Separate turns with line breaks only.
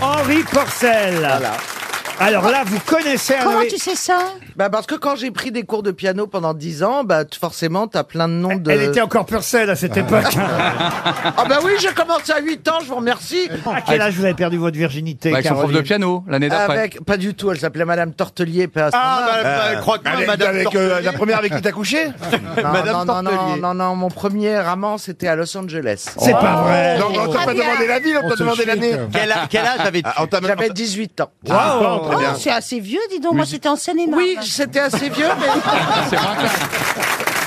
Anne-Marie Corcel.
Voilà.
Alors là, vous connaissez
Comment
Anne-Marie.
tu sais ça
Bah parce que quand j'ai pris des cours de piano pendant 10 ans, bah t- forcément t'as plein de noms de...
Elle était encore Purcell à cette époque.
Ah bah oui, j'ai commencé à 8 ans, je vous remercie
à quel âge vous avez perdu votre virginité,
Avec son prof
Caroline
de piano l'année d'après.
Avec... Pas du tout, elle s'appelait Madame Tortelier. pas-
Ah, croque-moi, madame Tortelier.
première euh, avec qui t'as couché
non,
Madame
non, non, non,
Tortelier.
non, non, mon premier amant c'était à Los Angeles.
C'est pas vrai.
Non, mais
Eh,
on t'a pas demandé la ville, on t'a demandé l'année.
Quel a- quel âge avait-tu
Ah, on t'a même pas-
J'avais 18 ans.
Ah, Waouh.
Oh, c'est assez vieux, dis donc. Moi, c'était en Seine-et-Marne.
Oui, c'était assez vieux, mais...
C'est moins clair.